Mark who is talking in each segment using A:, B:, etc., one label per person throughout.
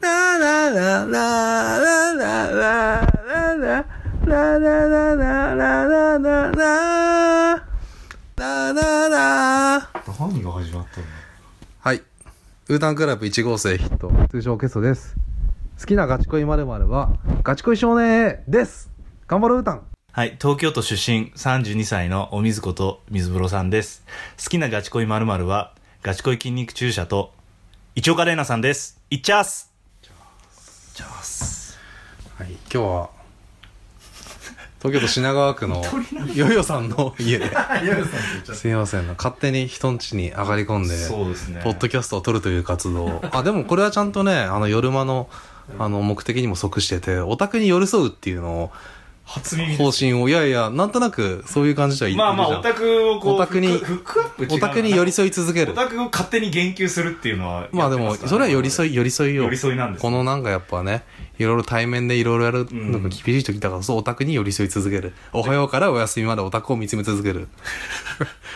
A: ララララララララララララララララララ
B: 何が始まったの
A: はい。ウータンクラブ1号生ヒット、通称ケストです。好きなガチ恋まるは、ガチ恋少年です頑張ろうウータン
B: はい、東京都出身32歳のお水子と水風呂さんです。好きなガチ恋〇〇は、ガチ恋筋肉注射と、一岡玲奈さんです。いっちゃーすいっちゃーす。
A: はい、今日は、東京都品川区のヨヨさんの家で、すいません、勝手に人ん家に上がり込んで、
B: そうですね。
A: ポッドキャストを撮るという活動。あ、でもこれはちゃんとね、あの、夜間の、あの、目的にも即してて、オタクに寄り添うっていうのを、
B: 初耳
A: 方針を、いやいや、なんとなく、そういう感じではい
B: まあまあ、
A: いる
B: オ
A: じゃん
B: タクをこう、
A: オタクに
B: フックフックアップ違う
A: オタクに寄り添い続け
B: オ
A: る。
B: タクを勝手に言及するっていうのは、
A: まあでも、それは寄り添い、寄り添いよ。
B: 寄り添いなんです
A: このなんかやっぱね、いろいろ対面でいろいろやるのが
B: うん
A: 厳しい時だから、そう、オタクに寄り添い続ける。おはようからお休みまでオタクを見つめ続 ける。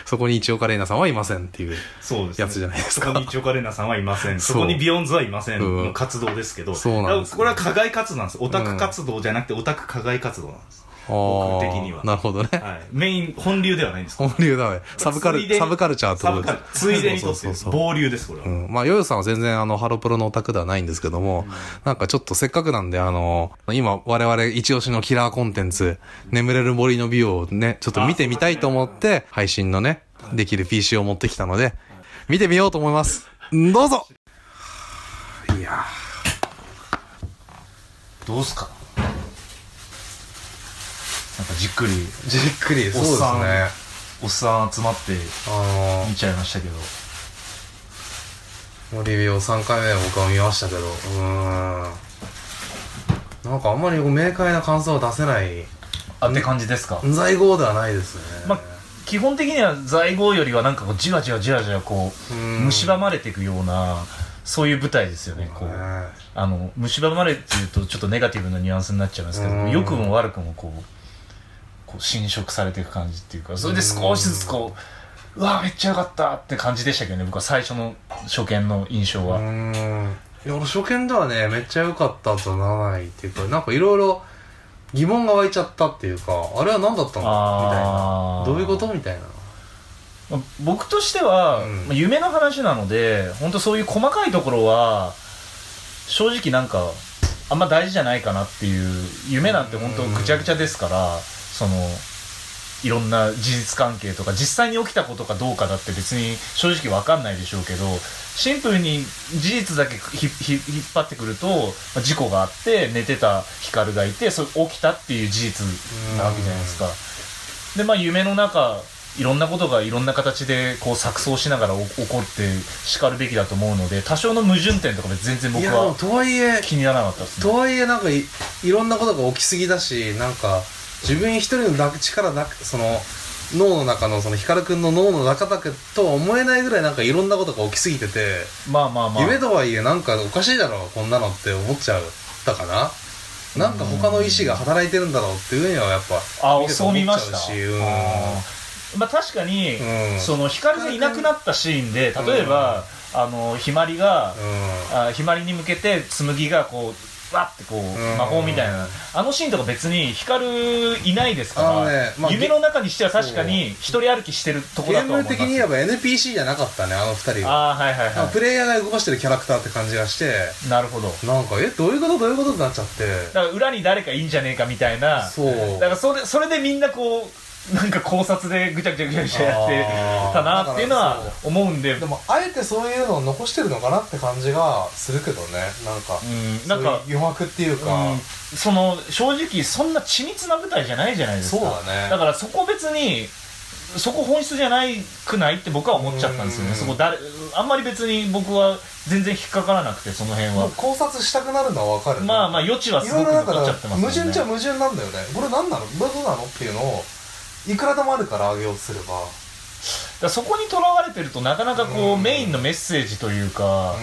A: そこに一岡玲奈さんはいませんっていう。
B: そうです、
A: やつじゃないですか
B: そこに一岡玲奈さんはいません。
A: そ
B: そうこにビヨンズはいません。
A: うん
B: の活動ですけど。
A: そうなんです
B: だからこれは課外活動なんです。オタク活動じゃなくて、オタク課外活動なんです。僕的には
A: あーなるほどね。
B: はい。メイン、本流ではないんです。
A: 本流だね。サブカ
B: つい
A: ル、
B: でに
A: サブカルチャーって
B: サ
A: こと
B: ブ
A: で
B: カ
A: す
B: ルついでにとって
A: そ
B: で
A: う
B: す
A: そうそう。
B: 暴流です、これは。
A: うん、まあ、ヨヨさんは全然あの、ハロプロのオタクではないんですけども、なんかちょっとせっかくなんで、あの、今我々一押しのキラーコンテンツ、眠れる森の美容をね、ちょっと見てみたいと思って、配信のね、できる PC を持ってきたので、見てみようと思います。どうぞいや
B: どうすかなんかじっくり、
A: じっくり、
B: そうですね。おっさん集まって
A: あ
B: 見ちゃいましたけど。
A: の、森美容3回目は僕は見ましたけど、うーん。なんかあんまり明快な感想を出せない
B: あ、って感じですか
A: 在庫ではないですね。
B: まあ、基本的には在郷よりはなんかこうじわじわじわじわこう
A: うん
B: 蝕まれていくようなそういう舞台ですよねこう
A: ね
B: あの蝕まれっていうとちょっとネガティブなニュアンスになっちゃいますけど
A: うん
B: 良くも悪くもこうこう侵食されていく感じっていうかそれで少しずつこううわーめっちゃよかったって感じでしたけどね僕は最初の初見の印象
A: う
B: は
A: ーん。いや、俺初見ではね、めっちゃ良かったとならないっていうか、なんかいろいろ疑問が湧いちゃったっていうか、あれは何だったのみたい
B: あ
A: な。
B: ー
A: どういうことみたいな。
C: まあ僕としては、
A: うん
C: まあ夢の話なので本当そういう細かいところは正直なんかあんま大事じゃないかなっていう夢なんて本当
A: うん
C: ぐちゃぐちゃですから、そのいろんな事実関係とか実際に起きたことかどうかだって別に正直わかんないでしょうけどシンプルに事実だけひひひ引っ張ってくるとまあ事故があって寝てた光がいてそれ起きたっていう事実なわけじゃないですか。でまあ夢の中いろんなことがいろんな形でこう錯綜しながらお起こってしかるべきだと思うので多少の矛盾点とかで全然
A: い
C: 僕
A: や、でも
C: は
A: とはいえ、
C: 気にならなかったですね
A: とはいえなんかいいろんなことが起きすぎだしなんか自分一人のだ力だその脳の中のその光くんの脳の中だけとは思えないぐらいなんかいろんなことが起きすぎてて、
C: まあまあまあ
A: 夢とはいえなんかおかしいだろこんなのって思っちゃったかななんか他の意志が働いてるんだろうっていうにはやっぱ
C: あ
A: てて
C: そう見ました
A: 思っちゃうしうん
C: あーまあ確かに、
A: うん
C: その光がいなくなったシーンで例えば、あのひまりが、
A: う
C: あひまりに向けて紬がこうわってこう、
A: ん
C: 魔法みたいなあのシーンとか別に光いないですか
A: あの
C: ら、
A: ねまあ
C: 夢の中にしては確かに一人歩きしてると
A: ん
C: こ
A: ゲ
C: だとは
A: ー
C: 思
A: ム
C: います
A: 的に言えば NPC じゃなかったねあの二人は
C: ああはいはい
A: なん
C: は
A: かプレイヤーが動かしてるキャラクターって感じがして
C: いなるほど
A: なんかえどういうことどういうことになっちゃって
C: だから裏に誰かいいんじゃねえかみたいな
A: そう
C: だからそれそれでみんなこうなんか考察でぐちゃぐちゃぐちゃぐちゃやってたなっていうの
A: あーだから
C: は思うんで
A: でもあえてそういうのを残してるのかなって感じがするけどねなんか
C: うんなんか
A: そういう余白っていうか、
C: うんその正直そんな緻密な舞台じゃないじゃないですか
A: そうだね
C: だからそこ別にそこ本質じゃないくないって僕は思っちゃったんですよ
A: う
C: ね
A: ん
C: そこ誰あんまり別に僕は全然引っかからなくてその辺
A: も
C: は
A: う考察したくなるのはわかる
C: まあまあ余地は
A: い
C: す
A: ろ
C: ご
A: い
C: く
A: ろなんか
C: 残っ
A: だ
C: ち
A: か
C: ゃ
A: ら
C: ってますよ
A: 矛
C: ね
A: 盾っちゃ矛盾なんだよねこれ何なのどういうことなのっていうのをいくらでもあるからあげようとすれば
C: だからそこにとらわれてるとなかなかこう、
A: うん
C: メインのメッセージというか、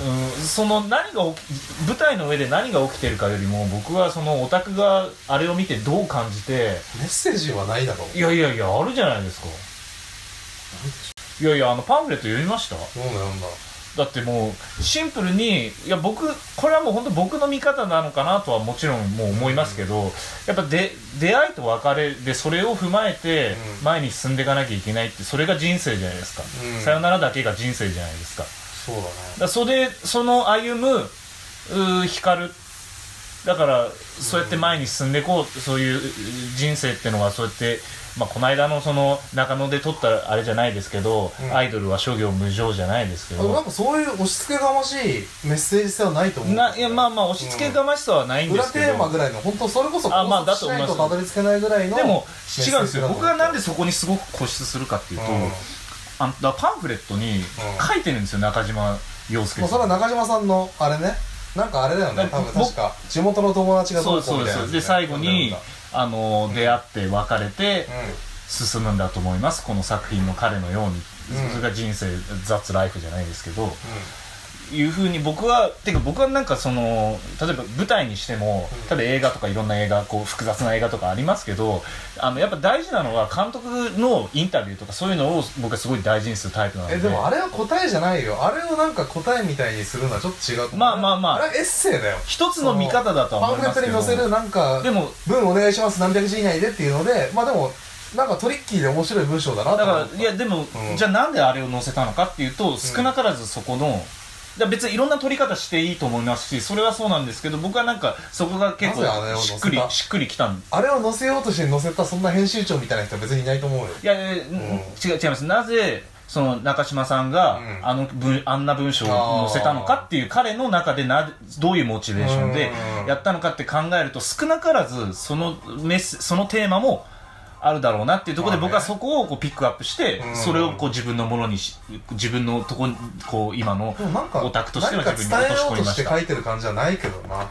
A: う
C: うん、その何が起き舞台の上で何が起きてるかよりも僕はそのオタクがあれを見てどう感じて
A: んメッセージはないだろう
C: いやいやいやあるじゃないですかいやいやあのパンフレット読みました
A: 読んだ読んだ
C: だってもうシンプルにいや僕これはもう本当僕の見方なのかなとはもちろんもう思いますけど、やっぱで出会いと別れでそれを踏まえて
A: うん
C: 前に進んでいかなきゃいけないってそれが人生じゃないですか、
A: うん
C: さよならだけが人生じゃないですかだか
A: そうだね
C: らそれその歩むうー光るだからそうやって前に進んでいこう、そういうう人生ってのはそうやって、まあ、この間のその中野で撮ったあれじゃないですけど、
A: うん
C: アイドルは諸行無常じゃないですけ
A: あでも
C: ど
A: なんかそういう押し付けがましいメッセージ性はないと思う。
C: ないやまあまあ押し付けがましさはないんで
A: 裏
C: すけ
A: テ
C: ど、
A: ーマぐらいの、本当それこそ、
C: あまあ
A: 考察しないとたどり着けないぐらいの。
C: でも
A: メッセー
C: 違
A: ジ
C: うんですよ
A: だと思
C: 僕がなんでそこにすごく固執するかっていうと、
A: うん
C: あのだからパンフレットに書いてるんですよ中島洋介
A: もうそれ
C: さ
A: は
C: ん
A: 中島さんの、あれね。なんかあれだよね、多分
C: 僕
A: 確か。地元の友達が
C: そ
A: ど
C: う
A: うこ
C: そうう
A: みたいな
C: そ
A: やつね、
C: うで最後にあの出会って別れて
A: うん。
C: 進むんだと思いますこの作品の彼のように
A: うん
C: それが人生雑ライフじゃないですけどいうふうに僕はてか僕はなんかその例えば舞台にしても
A: うん
C: ただ映画とかいろんな映画こう複雑な映画とかありますけどあのやっぱ大事なのは監督のインタビューとかそういうのを僕はすごい大事にするタイプなの
A: うん
C: で
A: え、でもあれは答えじゃないよ。あれをなんか答えみたいにするのはちょっと違うと思う。
C: まあまあまあ
A: れはエッセイだよ。
C: 一つの見方だとは
A: パン
C: 思い
A: フレ
C: ま
A: ッ
C: す
A: トに載
C: けど
A: せるなんか
C: で、も
A: 文お願いします、何百字以内でっていうので、まあでも、なんかトリッキーで面白い文章だな
C: だ
A: と思
C: か
A: っ
C: ら
A: た
C: いやでも、
A: うん
C: じゃあなんであれを載せたのかっていうと少なからずそこの、だから別にいろんな取り方していいと思いますしそれはそうなんですけど僕はなんかそこが結構
A: なぜあれを載せ
C: したっくりしっくりきたん
A: あれを載せようとして載せたそんな編集長みたいな人は別にいないと思うよ
C: いやいや、いや
A: ん
C: 違う違いますなぜその中島さん
A: う
C: が、
A: ん
C: あの文あんな文章を載せたのかっていう彼の中でなどういうモチベーションで
A: うん
C: やったのかって考えると少なからずそのメスそのテーマもあるだろうなっていうところで
A: まあね
C: 僕はそこをこうピックアップして、
A: うん
C: それをこう自分のものにし自分のとこにこう今の
A: でもなんか
C: オタクとしては
A: 何か
C: 自
A: 伝
C: 分に落と
A: えよ
C: し込
A: う
C: み
A: と
C: ま
A: し
C: してた
A: 書いてる感じはないけどな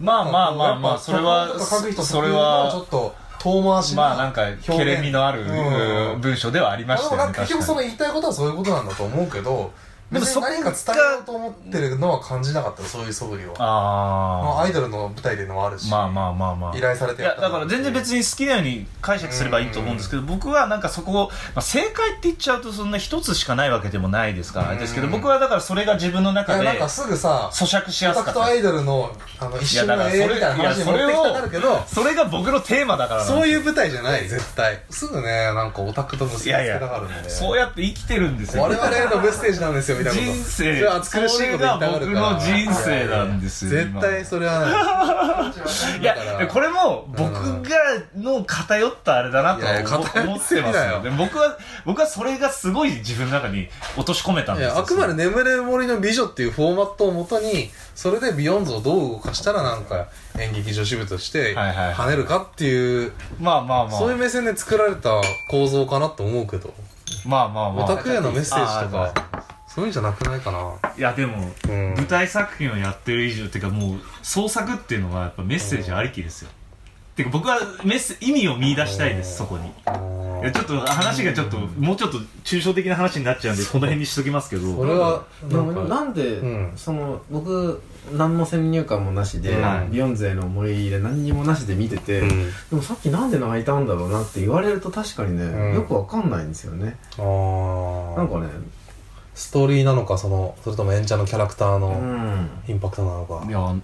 C: まあまあまあまあそれ
A: や
C: は
A: っぱ脚本とか書く人
C: それは
A: ちょっと遠回しな
C: まあなんか
A: 表現
C: けれみのある
A: うん
C: 文章ではありました
A: でもな
C: よ
A: ん
C: ね
A: か結局
C: 確
A: そ
C: か
A: の言
C: に
A: いたいことはそういうことなんだと思うけど
C: でも
A: 別
C: そ
A: に
C: こが
A: 何か伝えようと思ってるのは感じなかったよそういう素振りはま
C: あ
A: あ
C: あ
A: アイドルの舞台でのもあるし
C: まあまあまあまあ
A: 依頼され
C: い
A: て
C: やだから全然
A: に
C: 別に好きなように解釈すればいいと思うんですけど僕はなんかそこを、まあ、正解って言っちゃうとそんな一つしかないわけでもないですからあれですけど
A: うん
C: 僕はだからそれが自分の
A: いや
C: 中で
A: なんか
C: 咀
A: すぐさ
C: 嚼し
A: オ
C: や
A: タ
C: すか
A: ク
C: っ
A: と
C: た
A: アイドルのあの一瞬
C: いやだ
A: の
C: から
A: 永遠
C: それ
A: みたいな話に持ってきたなるけど
C: それが僕のテーマだからなんです
A: そういう舞台じゃない絶対すぐねなんかオタクと結びつけたがるんで
C: そうやって生きてるんですよ
A: 我々のメッセージなんですよみたいなこと
C: 人生
A: それは暑苦しいこと言ったがるから
C: それが僕の人生なんですよ
A: いやいや絶対それはない
C: いや
A: だか、ら
C: これも僕がの偏ったあれだなと
A: いやいや
C: は思
A: 偏
C: 思
A: り
C: っ
A: す
C: て
A: ぎ
C: ま
A: だ
C: す
A: よ
C: よ。で僕は、僕はそれがすごい自分の中に落とし込めたん
A: い
C: です
A: や
C: よ。
A: あくまで「眠れる森の美女」っていうフォーマットをもとにそれでビヨンズをどう動かしたらなんか演劇女子部として
C: はいはいはい
A: 跳ねるかっていう
C: まあまあまあ。
A: そういう目線で作られた構造かなと思うけど
C: まあまあま
A: オ
C: あ。
A: タクへのメッセージと
C: あ
A: かそういうんじゃなくないかない
C: やでも、
A: うん
C: 舞台作品をやってる以上っていうかもう創作っていうのはやっぱメッセージありきですよ、てか僕はメッセ意味を見出したいですそこにいやちょっと話がちょっと、もうちょっと抽象的な話になっちゃうんでこの辺にしときますけど
A: 俺は
D: でも
A: なんか
D: なんで、
A: うん
D: その僕何の先入観もなしで、
A: うん
D: ビヨンゼの森で何にもなしで見てて、でもさっきなんで泣いたんだろうなって言われると確かにね、
A: うん
D: よくわかんないんですよね
A: あ
D: なんかね
A: ストーリーなのかそのそれとも演者のキャラクター
D: う
A: の
D: ん
A: インパクトなのか
C: いや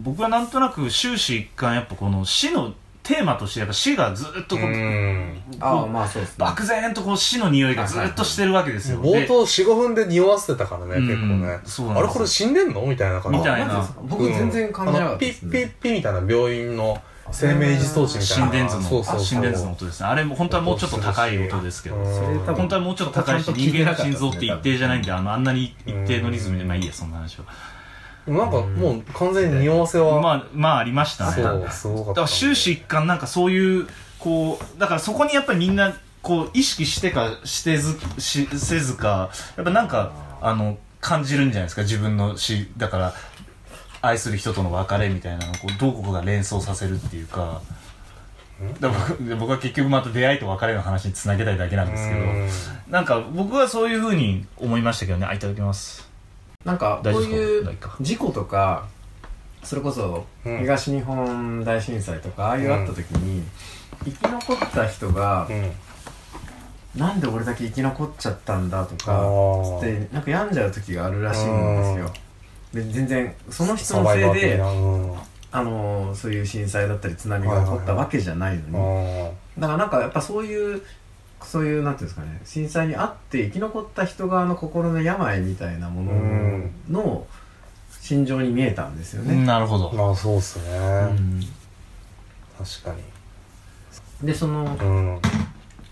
C: 僕はなんとなく終始一貫やっぱこの死のテーマとしてやっぱ死がずっとこう、
A: ん
D: ああまあそうですね
C: 漠然とこう死の匂いがずっとしてるわけですよ、
A: 冒
C: で
A: 頭45分で匂わせてたからね
C: うん
A: 結構ね
C: そうなん
A: あ
C: です
A: れこれ死んでんのみたいな感じ
C: みたいな
D: あマジですか僕全然感じな
A: あ
D: か
A: の
D: った
A: ピ
D: です
A: ッ
D: ね
A: ピッピッみたいな病院の生命維持装置みたいな
C: 心電図の
A: そうそうそう
C: 心電図の音ですねあれも本当はもうちょっと高い音ですけど、
A: うん
D: それ多分
C: 本当はもうちょっと高いし人間の心臓って一定じゃないんであのあんなに一定のリズムでまあいいやそんな話は
A: なんかもう完全に匂わせは
C: まあまあありました
A: そ
C: ね
A: うすごかっ
C: だか
A: た
C: ら終始一貫なんかそういうこうだからそこにやっぱりみんなこう意識してかしてずしせずかやっぱなんかあの感じるんじゃないですか自分のしだから愛する人との別れみたいなのをこうどこかが連想させるっていうかだから僕僕は結局また出会いと別れの話につなげたいだけなんですけど
A: うん
C: なんか僕はそういうふうに思いましたけどねあいただきます
D: なんか
C: 大
D: こ
C: 丈
D: う
C: 夫ですか大丈
D: いう
C: 夫か
D: 事故とかそれこそ
A: うん
D: 東日本大震災とかああいうあった時に、生き残った人が
A: うん
D: なんで俺だけ生き残っちゃったんだと
A: あ
D: か
A: ー
D: でなんか病んじゃう時があるらしいんですよで全然その人
A: サ
D: の
A: バイ
D: せい
A: バー的
D: で
A: なうん
D: あのーそういう震災だったり津波が起こったわけじゃないのに、
A: あ
D: だからなんかやっぱそういうそういうなんていうんですかね震災にあって生き残った人側の心の病みたいなも
A: うん
D: のの心情に見えたんですよね、
C: なるほ
A: ー
C: ど。
A: まあそうっすね、
D: うん
A: 確か
D: でその
A: にうん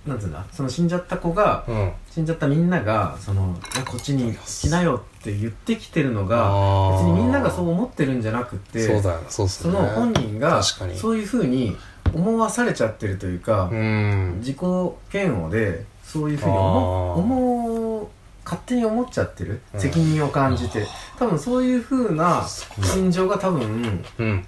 D: なんていうんだその死んじゃった子が
A: うん
D: 死んじゃったみんながそのいやこっちに来なよって言ってきてるのが
A: あ
D: 別
A: ー
D: にみんながそう思ってるんじゃなくて
A: そうだよそうっす
D: そ
A: ね
D: の本人が
A: 確かに
D: そういうふうに思わされちゃってるというか、
A: うん
D: 自己嫌悪でそういうふうに
A: あー
D: 思う思う勝手に思っちゃってる、
A: うん
D: 責任を感じて多分そういうふうな心情が多分
A: うん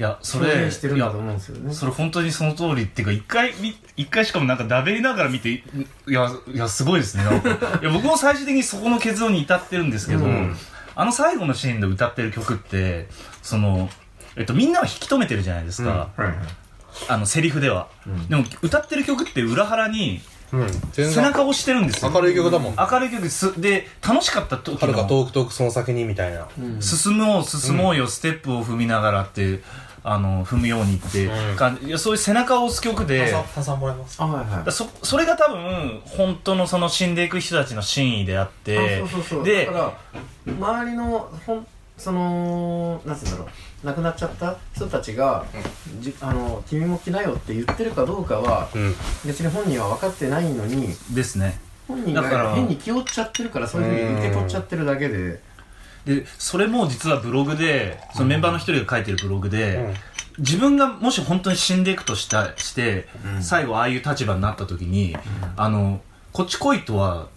C: いや、そ
D: 表
C: れ、
D: 現してるんだと思うんですよね
C: それ本当にその通りっていうか、一回見、一回しかもなんかだべりながら見て、いいや、いや、すごいですね。なんか いや、僕も最終的にそこの結論に至ってるんですけど、
A: うん
C: あの最後のシーンで歌ってる曲って、その、えっと、みんなは引き止めてるじゃないですか、
D: はいはい
C: あの、セリフでは。
D: うん
C: でも、歌ってる曲って裏腹に、
A: うん全
C: 背
A: 然
C: 中を押してるんですよ。
A: 明るい曲だもんは
C: 明るい曲です。で、楽しかった時
A: るか
C: の、
A: 遠く遠くその先にみたいな
D: うん
C: 進もう、進もうよ、ステップを踏みながらって、あの、踏むようにって
A: うん
C: 感じ、いやそういう背中を押す曲で、
B: 炭酸もらいます
D: あはいはい
C: だそそれが多分本当のその死んでいく人たちの真意であって
D: あそうそうそう
C: で
D: だから周りのほんそのなんつうんだろう亡くなっちゃった人たちが、じあの君も来なよって言ってるかどうかは
A: うん
D: 別に本人は分かってないのに
C: ですね
D: 本人
C: だから
D: が変に気負っちゃってるからそういうふうに受け取っちゃってるだけで
C: でそれも実はブログでそのメンバーの一人が書いてるブログで、
A: うん
C: 自分がもし本当に死んでいくとしたして、
D: うん
C: 最後ああいう立場になった時に、あのこっち来いとは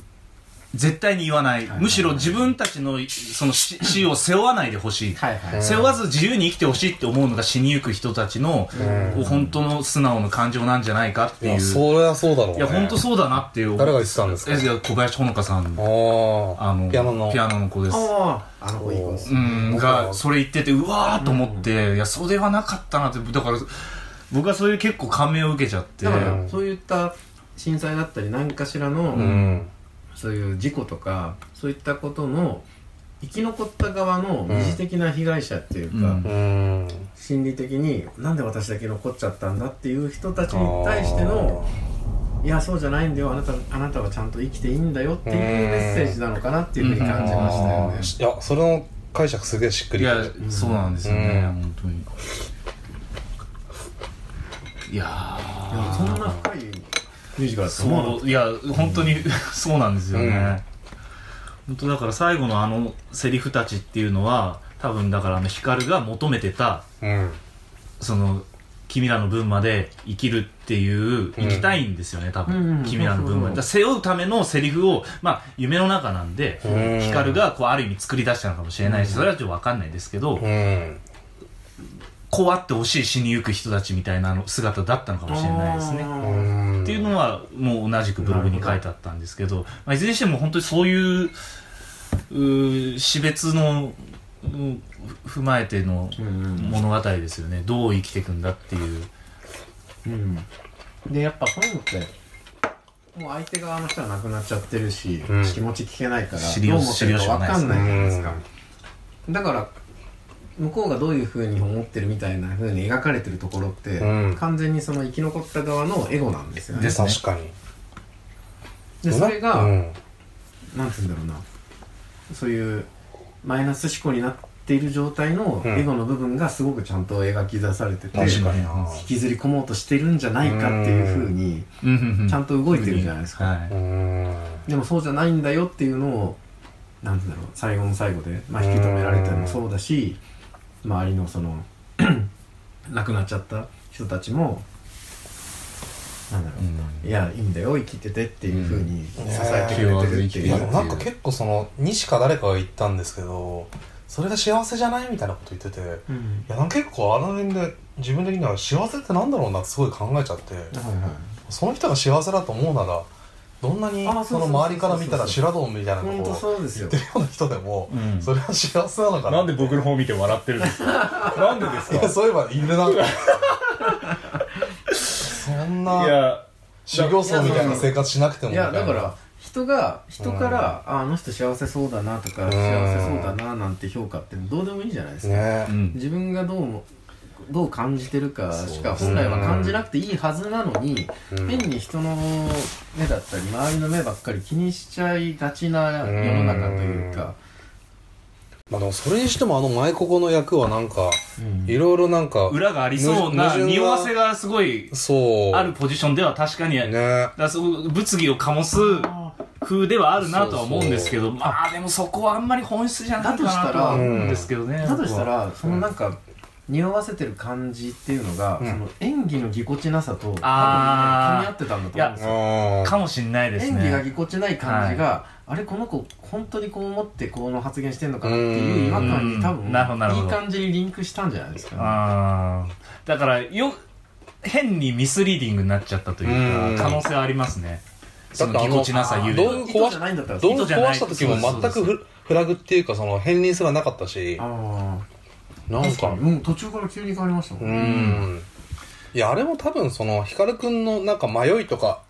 C: 絶対に言わない、
D: はい
C: むしろ自分たちのその死死を背負わないでほしい、
D: はいはい
C: 背負わず自由に生きてほしいって思うのが死にゆく人たちの、
A: うん
C: 本当の素直な感情なんじゃないかって
A: い
C: いう
A: やそりゃそうだろうね
C: いや、本当そうだなっていう。
A: 誰が言ってたんですか
C: えいや小林ほのかさん、
A: あ
C: あの、
A: あピアノの
C: ピアノの子です。
D: あああの子いい子です
C: うん、が、それ言ってて、うわーと思って、いや、それはなかったなって、だから、僕はそういう結構感銘を受けちゃって
D: だ、からそういった震災だったり何かしらの、
A: うん
D: そういう事故とかそういったことの生き残った側の二次的な被害者っていうか、
C: うん
A: うん
D: 心理的になんで私だけ残っちゃったんだっていう人たちに対してのいやそうじゃないんだよあなたあなたはちゃんと生きていいんだよっていうメッセージなのかなっていうふうに
A: あー
D: 感じました
A: い
D: よね。
A: やそれの解釈すげえしっく
C: い
A: りく
C: や
A: る、
C: そうなんですよね、
A: うん
C: 本当に。いやー
D: いやそんな深いミュージカルだと思う
C: そういや本当に そうなんですよね、本当だから最後のあのセリフたちっていうのは多分だからあの光が求めてた
A: うん
C: その君らの分まで生きるっていう生きたいんですよね、多
D: うんうん
C: 分
D: うん
C: 君らの分までだ
D: そうそうそう
C: から背負うためのセリフをまあ夢の中なんで
A: うん
C: 光がこうある意味作り出したのかもしれないしそれはちょっと分かんないですけど
A: うん
C: こうあってほしい死にゆく人たちみたいなの姿だったのかもしれないですね
D: あ
A: う
D: ー
A: ん
C: っていうのはもう同じくブログに書いてあったんですけどまあ、いずれにしても本当にそういううー死別のうんふ踏まえての
D: うんうん
C: 物語ですよねどう生きていくんだっていう
D: うん、でやっぱそういうのってもう相手側の人は亡くなっちゃってるし、
A: うん
D: 気持ち聞けないから
C: 知り
D: ど
C: よ
D: う
C: う
D: 思ってるか分かんないじゃないで
A: 知
D: すか
A: りようしないで
D: だから向こうがどういうふうに思ってるみたいなふうに描かれてるところって、
A: うん
D: 完全にその生き残った側のエゴなんですよね
C: ですね
A: 確かに
D: でそれが、
A: うん
D: なんて言うんだろうなそういうマイナス思考になっている状態の
A: うん
D: エゴの部分がすごくちゃんと描き出されてて、
A: 確かに
C: うん
D: 引きずり込もうとしてるんじゃないかっていうふうにちゃんと動いてるじゃないですか、
C: は
A: うん
D: でもそうじゃないんだよっていうのをなんて言うんだろう最後の最後で、まあ、引き止められたのもそうだし周りのその 亡くなっちゃった人たちもなんだろ
C: い、うん
D: う、いやいいんだよ生きててっていうふうに支えてくれてるって
A: い
D: いう、
A: やでもなんか結構その西か誰かが言ったんですけどそれが幸せじゃないみたいなこと言っててい
D: うん
A: やなんか結構あの辺で自分的には幸せってなんだろうなってすごい考えちゃって
D: はいはい
A: その人が幸せだと思うならどんなに
D: あそうそ
A: そうの周りから見たら修羅道みたいなこと
D: 本当
A: を
D: そうです
A: 言っ
D: よ
A: てるような人でも
C: うん
A: それは幸せなのかな
B: なんで僕の方見て笑ってるんですか なんでです
A: いや
B: か
A: そういえばいるなそんない
B: や
A: 修行僧みたいな生活しなくても
D: い
A: みたい
D: や
A: な
D: だから人が人から、ああの人幸せそうだなとか、
A: うん
D: 幸せそうだななんて評価ってどうでもいいじゃないですか、
A: ね
B: うん
D: 自分がどうもどう感じてるかしか
A: そうです
D: 本
A: ね
D: 来は感じなくていいはずなのに、
A: うん
D: 変に人の目だったり周りの目ばっかり気にしちゃいがちな世の中というか、
A: まあでもそれにしてもあの舞妓の役はなんか
D: うん
A: いろいろなんか
C: 裏がありそうな
A: 矛盾が
C: 匂わせがすごい
A: そう
C: あるポジションでは確かに、だか
A: ね
C: らすごく物議を醸す風ではあるなとは思うんですけどまあでもそこはあんまり本質じゃないかなとは思うんですけどね、
D: だとしたらそのなんか匂わせてる感じっていうのが、
A: うん
D: その演技のぎこちなさと多分ね、
C: あー
D: 噛み合ってたんだと思うんですよ
A: あ
C: かもしんないです
D: 演技が
C: ね
D: ぎこちない感じが、あれこの子本当にこう思ってこの発言してんのかなっていう違和感
C: うん
D: に多分
C: なるほどなるほど
D: いい感じにリンクしたんじゃないですか、
C: あーだからよ変にミスリーディングになっちゃったという
A: うん
C: か可能性はありますね
A: だ
C: そ
A: ってあ
C: の
A: の
C: ぎこちなさゆえ
A: どう
C: の
A: ん
D: 意図じゃないんだったら
A: あどん
C: 糸じゃな
A: 壊
C: い
A: した時も
C: そうで
A: 全
C: すそ
A: く
C: うで
A: フフラグっていうかその片鱗すらなかったし
D: あ
A: な
D: あ
A: んか
D: もう途中から急に変わりましたも、
A: うんんいやあれも多分その光くんのなんか迷いとか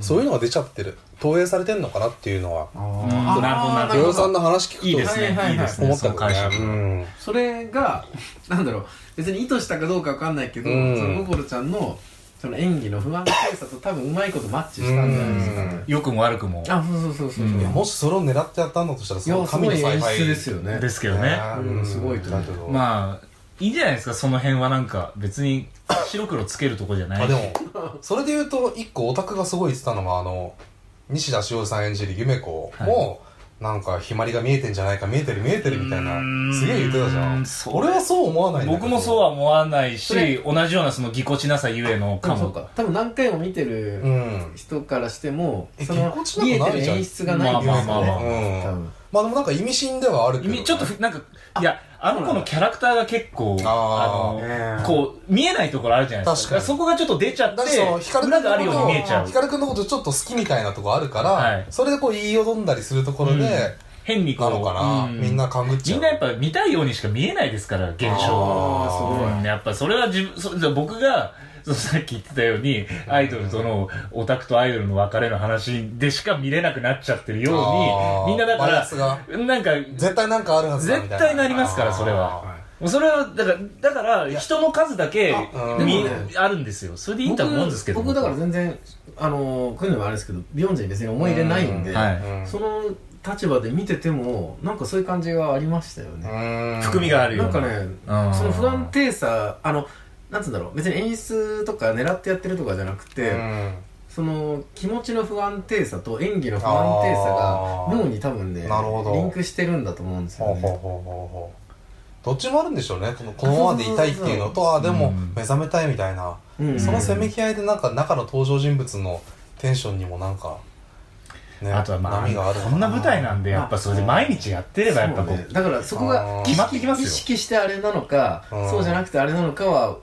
A: そういうのが出ちゃってる投影されてんのかなっていうのは
D: あー
C: なるほどなるほど
A: ヨ
C: る
A: ロさんの話聞くと
C: いいです
D: は
C: ね
D: いはいはい
C: いいです
A: 思
C: ね
A: っ
C: そ
A: た
C: の
A: けど
C: 解釈
A: ねうん
D: それが なんだろう別に意図したかどうかわかんないけど、
A: うん
D: その心ちゃんのその演技の不安定さと多分うまいことマッチしたんじゃないですかね、
C: 良くも悪くも
D: あそうそうそうそう、
C: うん
D: い
A: い
D: や
A: やもしそれを狙ってやったんだとしたらその
D: す
A: 神
D: ご
A: の
D: い
A: 采
D: 演
A: 配
D: 出ですよね
C: ですけどね
D: うんすごいと思う
A: だけどま
C: まあいいんじゃないですかその辺はなんか別に白黒つけるとこじゃない
A: あでもそれで言うと一個オタクがすごい言ってたのがあの西田潮さん演じる夢子も、なんかひまりが見えてんじゃないか見えてる見えてるみたいうな
C: ーん
A: すげえ言ってたじゃん
C: それ
A: 俺はそう思わないんだけど
C: 僕もそうは思わない
D: それ
C: し同じようなそのぎこちなさゆえの
D: で
C: か
D: もそう
C: も
D: か多分何回も見てる
A: うん
D: 人からしても、
A: え
D: その
A: ぎこち
D: 見
A: な
D: え
A: くな
D: て
A: い
D: る
A: じゃん
D: 演出がないんですよね、
C: まあまあまあまあ
A: う
D: 多
A: ん
D: 分
A: まあでもなんか意味深ではあるけど、
C: みちょっとふなんかいやあの子のキャラクターが結構
A: あ
C: あ
D: ー
C: のこう見えないところあるじゃないです
A: 確
C: か
A: かに
C: そこがちょっと出ちゃっ
A: だってその
C: て
A: 光
C: 裏
A: くん
C: があるように
A: の
C: 見えちゃ
A: こと
C: う
A: 光くんのことちょっと好きみたいなとこあるから、
C: はい
A: それでこう言いよどんだりするところで、
C: うん変にこ
A: な
C: う
A: のかな、
C: うん
A: みんな勘ぐっちゃ
C: み
A: うん
C: なやっぱ見たいようにしか見えないですから現象
A: あー
C: は
A: すご
C: うんやっぱそれは自分そじゃあ僕がそうさっき言ってたようにアイドルとのオタクとアイドルの別れの話でしか見れなくなっちゃってるよ
A: あー
C: うにみんなだか
A: バイア
C: ら
A: スが
C: なんか
A: 絶対なんかあるはずだみ
C: 絶
A: たいな
C: 対なりますからそれはもうそれはだからだから人の数だけ
A: あ
C: み
D: でもね
C: あるんですよそれでいいとは思うんですけど
D: 僕僕だから全然あのーこういうのもあれですけどビヨンジェに別に思い入れないんで、
A: う
C: は
A: う
C: い
A: ん
D: その立場で見ててもなんかそういう感じがありましたよね、
C: 含みがあるよ
D: な
C: うん
D: かね
C: うん
D: その不安定さあのなんつうんだろう別に演出とか狙ってやってるとかじゃなくて、その気持ちの不安定さと演技の不安定さ
A: あー
D: が脳に多分ね
A: なるほど
D: リンクしてるんだと思うんです
A: ほう
D: よ
A: ほう
D: ね
A: ほうほうほうどっちもあるんでしょうねこのこのままでいたいっていうのとあでも
C: うん
A: 目覚めたいみたいな、
D: うん
A: そのせめき合いでなんか中の登場人物のテンションにもなんか、ね
C: あとはま
A: 波があ
C: あ
A: る
C: こんな舞台なんでやっぱそれで毎日やってればやっぱこ
D: そう
C: う
D: ねだからそこが
A: あー
D: 意識
C: 決まってきますよ
D: 意識してあれなのか
A: うん
D: そうじゃなくてあれなのかは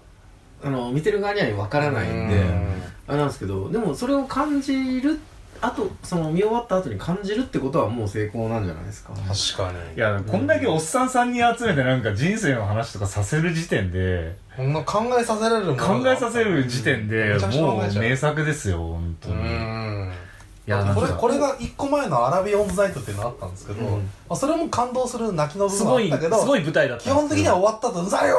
D: あの見てる側には分からないんで
A: うん
D: あれなんですけどでもそれを感じるあとその見終わった後に感じるってことはもう成功なんじゃないですか
A: 確かに
C: いや、こんだけおっさん3人集めてなんか人生の話とかさせる時点で、
A: こんな考えさせられるもの
C: 考
A: が
C: えさせる時点で
A: めちゃくちゃ考
C: も
A: え
C: う
A: ちゃう
C: 名作ですよ、本当
A: う
C: に。い
A: ん
C: や、なん
A: これこ
C: か、
A: れが1個前の「アラビオンズ・ナイト」っていうのあったんですけど、
D: うん
A: まあ、それも感動する泣きの部
C: す
A: 分は
C: ご
A: あ
C: い、
A: っ
C: す
A: たけど
C: ごい舞台だった
A: 基本的には終わったと「うざいよ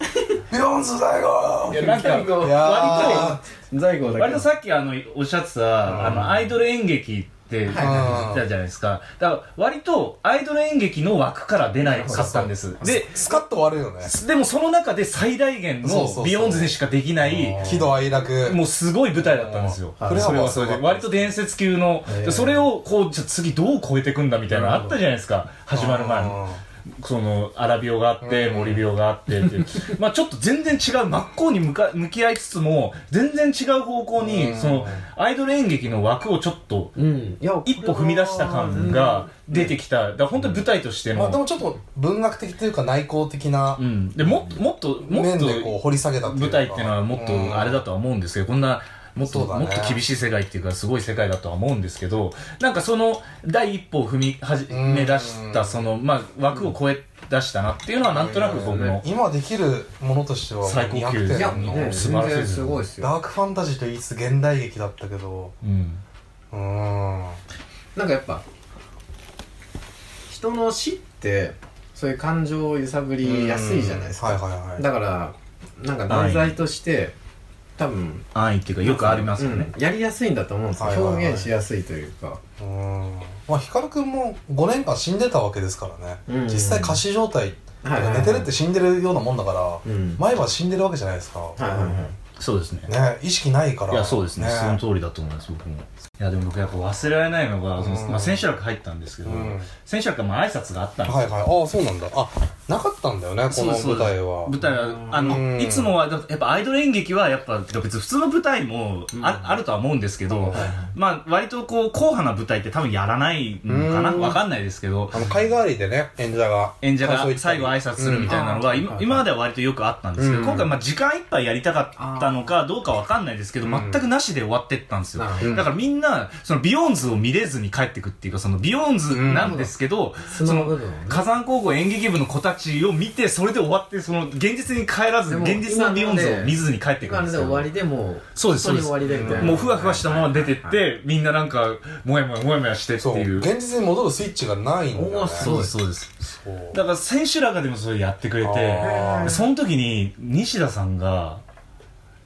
A: ー!」「ビヨンズだよ
C: い
A: ー!
C: や、なんか、
D: いや
A: いやー」
C: 割
D: 財後
C: と、
D: だ
C: 割
D: け
C: とさっきあの、おっしゃってた、あの、アイドル演劇って、言って
A: はい
C: たじゃないですか。だから、割と、アイドル演劇の枠から出ないかったんです。で、
A: スカッと終わるよね
C: でもその中で最大限
A: そうそうそ
C: の
A: う
C: ビヨンズでしかできない、
A: 喜怒哀楽
C: もうすごい舞台だったんですよ。
A: うん
C: それはそれで、割と伝説級の
D: へ、ー
C: それをこう、じゃあ次どう超えていくんだみたいなのあったじゃないですか、始まる前に。その、アラビオがあって、
A: うん
C: 森ビオがあっ てっていう、まあちょっと全然違う、真っ向に向か向き合いつつも、全然違う方向
A: う
C: に、
A: ん
C: その、アイドル演劇の枠をちょっと、
D: うんいや
C: 一歩踏み出した感が出てきた。だから本当に舞台として
A: まあで
C: の、
A: もちょっと文学的というか内向的な
C: うん。で、もっと、もっと、もっ
A: 面
C: と、
A: でこう掘り下げた
C: 舞台っていうのはもっとあれだ
A: と
C: とは思うんですけど、こんなもっと、
A: そうだね
C: もっと厳しい世界っていうかすごい世界だとは思うんですけどなんかその第一歩を踏み始
A: うん
C: め出したその、まあ、枠を超え出したなっていうのはなんとなく僕の
A: 今できるものとしては
C: 最高級
A: 200
D: いや、
A: 点の
D: ね、
C: 素
D: 全
C: 晴らしい
D: 然すごいですよ。
A: ダークファンタジーと言いつつ現代劇だったけど
C: うん
A: うーん
D: なんかやっぱ人の死ってそういう感情を揺さぶりやすいじゃないですか、
A: うんはいはいはい
D: だからなんか題材として多分、
C: 安易っていうかよくありますよね、
D: うんやりやすいんだと思うんですよ、
A: はいはいはい
D: 表現しやすいというか
A: うーんまあ光くんも5年間死んでたわけですからね、
D: うん
A: 実際仮死状態、
D: はいはいはい
A: 寝てるって死んでるようなもんだから、
D: うん
A: 前は死んでるわけじゃないですか、
D: はいはいはい
C: そうですね
A: ね意識ないから
C: いやそうですねその通りだと思います僕もいやでも僕やっぱ忘れられないのが、その
A: うん
C: まあ、千秋楽入ったんですけど、
A: うん
C: 千秋楽はまあ挨拶があったんですよ、
A: はいはいああそうなんだあなかったんだよねこの
C: そう
A: 舞台は
C: そう舞台はあ
A: う
C: の
A: ん
C: いつもはやっぱアイドル演劇はやっぱ別に普通の舞台もあ,、あるとは思うんですけど、まあ割とこう硬派な舞台って多分やらないのかな
A: うん
C: わかんないですけど
A: あの貝代わりでね演者が
C: 演者
A: 感想言
C: が
A: った
C: 最
A: り
C: 後挨拶するみたいなのが、
D: うん
C: 今
D: あー
C: 今までは割とよくあったんですけど、
A: うん
C: 今回まあ時間いっぱいやりたかったのかどうかわかんないですけど、
A: ん
C: 全くなしで終わってったんですよ、
D: なるほ
A: ど
C: だからみんなそのビヨーンズを見れずに帰ってくっていうかそのビヨーンズなんですけど、そ
D: その
C: の
D: 部分をね
C: 火山高校演劇部の子たちを見てそれで終わってその現実に帰らず
D: でも
C: 現実のビヨーンズを見ずに帰ってくる
D: 今
C: んです
D: ので
C: け
D: 終わ
C: ど
D: りでもう
C: そうです
D: 本当に終わりでみたいな
C: もうふわふわしたまま出てってみんななんかもやもやもやもやしてって
A: そう
C: いう
A: 現実に戻るスイッチがないんだよ
D: おー
A: ね
D: す
C: そう
A: そ
D: ご
A: う
C: ですそうです
A: そう
C: だから選手らがでもそれやってくれ
A: あ
C: て
A: ー
C: でその時に西田さんが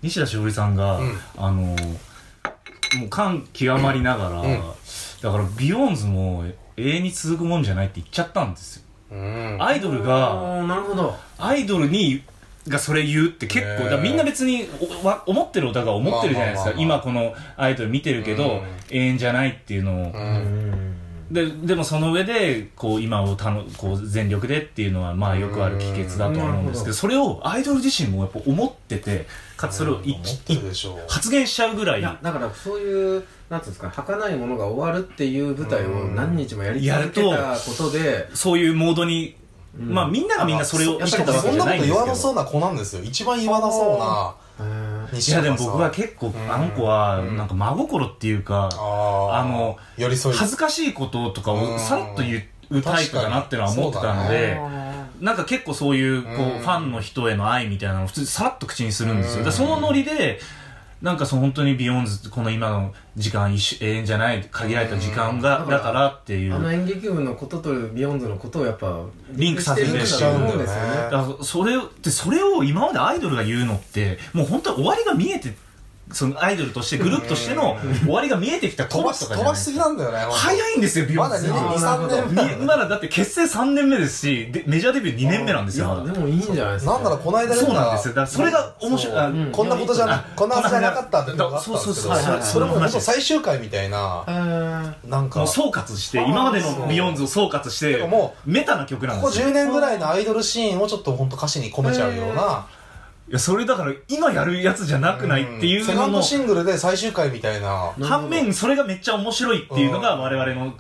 C: 西田しおりさんが、
A: うん
C: あのもう感極まりながら、
A: うん
C: だからビヨーンズも永遠に続くもんじゃないって言っちゃったんですよ
A: うん
C: アイドルが
D: あーなるほど
C: アイドルにがそれ言うって結
A: へー
C: 構だからみんな別におわ思ってるお互い思ってるじゃないですか、
A: まあまあまあまあ
C: 今このアイドル見てるけ
A: うん
C: ど、永遠じゃないっていうのを、
A: うん
C: ででもその上でこう今をたのこう全力でっていうのはまあよくある帰結だと思うんですけど,、
D: うん
C: それをアイドル自身もやっぱ思っててかつそれをい
A: 思っ
C: き
A: てるでしょう
C: 発言しちゃうぐらい
D: いやだからそういうなんていうんですか儚いものが終わるっていう舞台を何日もやり続けたことで
C: そういうモードに、
D: うん
C: まあみんながみんなそれを
A: や
C: 生
A: っぱり
C: きてたわ
A: そん
C: けじ
A: な
C: ゃな
A: こ
C: いん
A: と
C: で
A: 言
C: すけ
A: わ
C: ど
A: なそうな子なんですよ一番言わなそうな
D: へー
A: 西
C: いや
A: 野
C: で
A: が
C: も
A: さ
C: 僕は結構あの子はなんか真心っていうか、
A: あ
C: あの
A: ー寄り添い
C: 恥ずかしいこととか
A: う
C: を
A: ん
C: さらっと言うタイプだなってのは思ってたの
A: 確かに
C: で、なんか結構そういうこう、
A: うん
C: ファンの人への愛みたいなのを普通にさらっと口にするんですよ、
A: うん
C: でそのノリでなんかその本当にビヨーンズこの今の時間一瞬永遠じゃない限られた時間が、
D: うん
C: だからっていう
D: あの演劇部のこととビヨンズのことをやっぱ
C: リンクさせて
D: リンクしてるんだと思うんですよね
A: リンクしちゃうんだよね
C: だからそれをでそれを今までアイドルが言うのってもう本当は終わりが見えてそのアイドルとしてグループとしての終わりが見えてきた
A: 飛
C: 頃
A: ば
C: と
A: し
C: か
A: 飛
C: じゃな
A: ば
C: い
A: しすぎなんだよね
C: 早いんですよビヨ
A: ま
C: ー
A: だ
C: ン
A: 2
C: ズ
A: 年
D: あー
A: 23
D: なるほ
A: 年
D: ど
C: にまだだって結成3年目ですしでメジャーデビュー2年目なんです
D: い
C: よまだ
D: やでもいいんじゃないですか
A: なんならこの間
C: そうなんですよだからそれが面白いあ
D: うん
A: こんなことじゃな
C: うん
A: こんなはずじゃなかったっていうのがあったんです
C: そう
A: け
C: そ
A: ど
C: うそう
D: はいはいはい
A: それも本当最終回みたいな
D: あ
A: なんか
C: も
A: こ
C: う総括して今までのビヨーンズを総括して
A: かも
C: メタな曲なん
A: こ
C: ですよ
A: 10年ぐらいのアイドルシーンをちょっと本当歌詞に込めちゃうようない
C: やそれだから今やるやつじゃなくないっていう
A: セカ
C: の
A: ンド
C: も
A: シングルで最終回みたいな
D: なるほど
C: 反面それがめっちゃ面白いっていうのが我々の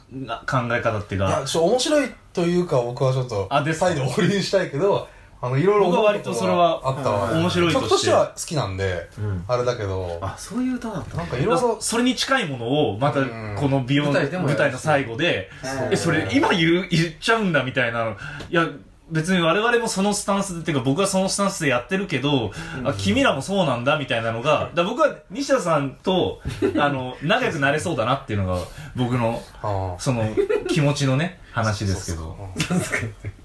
C: 考え方っていう
A: いや
C: か
A: ちょ面白いというか僕はちょっと
C: あですか
A: 再度保留したいけどあのいろいろ
C: 僕は割とそれは
A: あったわ
C: 面白いとし
A: 曲
C: て
A: としては好きなんで
D: ん
A: あれだけど
D: あそういう歌だった
A: なんかい
C: だ
A: ろ
C: か
A: いろ
C: らそれに近いものをまた
A: うん
C: このビヨーン
D: 舞台でもやる
C: 舞台の最後で
D: そう
C: えそれ今言う言っちゃうんだみたいなのいや別に我々もそのスタンスでっていうか僕はそのスタンスでやってるけど、あ君らもそうなんだみたいなのがだから僕は西田さんとあの仲良くなれそうだなっていうのが僕の
A: あ
C: その気持ちのね話ですけど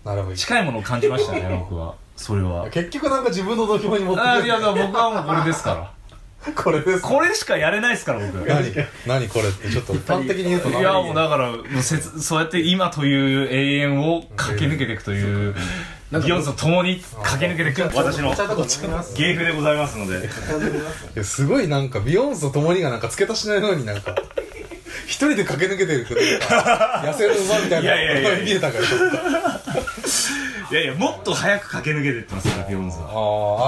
A: あなるほど
C: 近いものを感じましたね 僕はそれは
A: 結局なんか自分の土俵に持って
C: あ
A: く
C: いやだから僕はもうこれですから
A: るこれです
C: これしかやれないですから僕
A: 何何これってちょっと一般的に言うと
C: いやもうだからもうせつそうやって今という永遠を駆け抜けていくという
D: なんか
C: ギヨンズと共に駆け抜けていく私の
D: お茶とか飲みます
C: 芸風でございますので
A: いやすごいなんかビヨンズと共にがなんか付け足しないようになんか一人で駆け抜けてるけど 野生の馬みたいない
C: やいやいやいや
A: 見えたからちょっと
C: いやいやもっと早く駆け抜けていってますからギヨンズは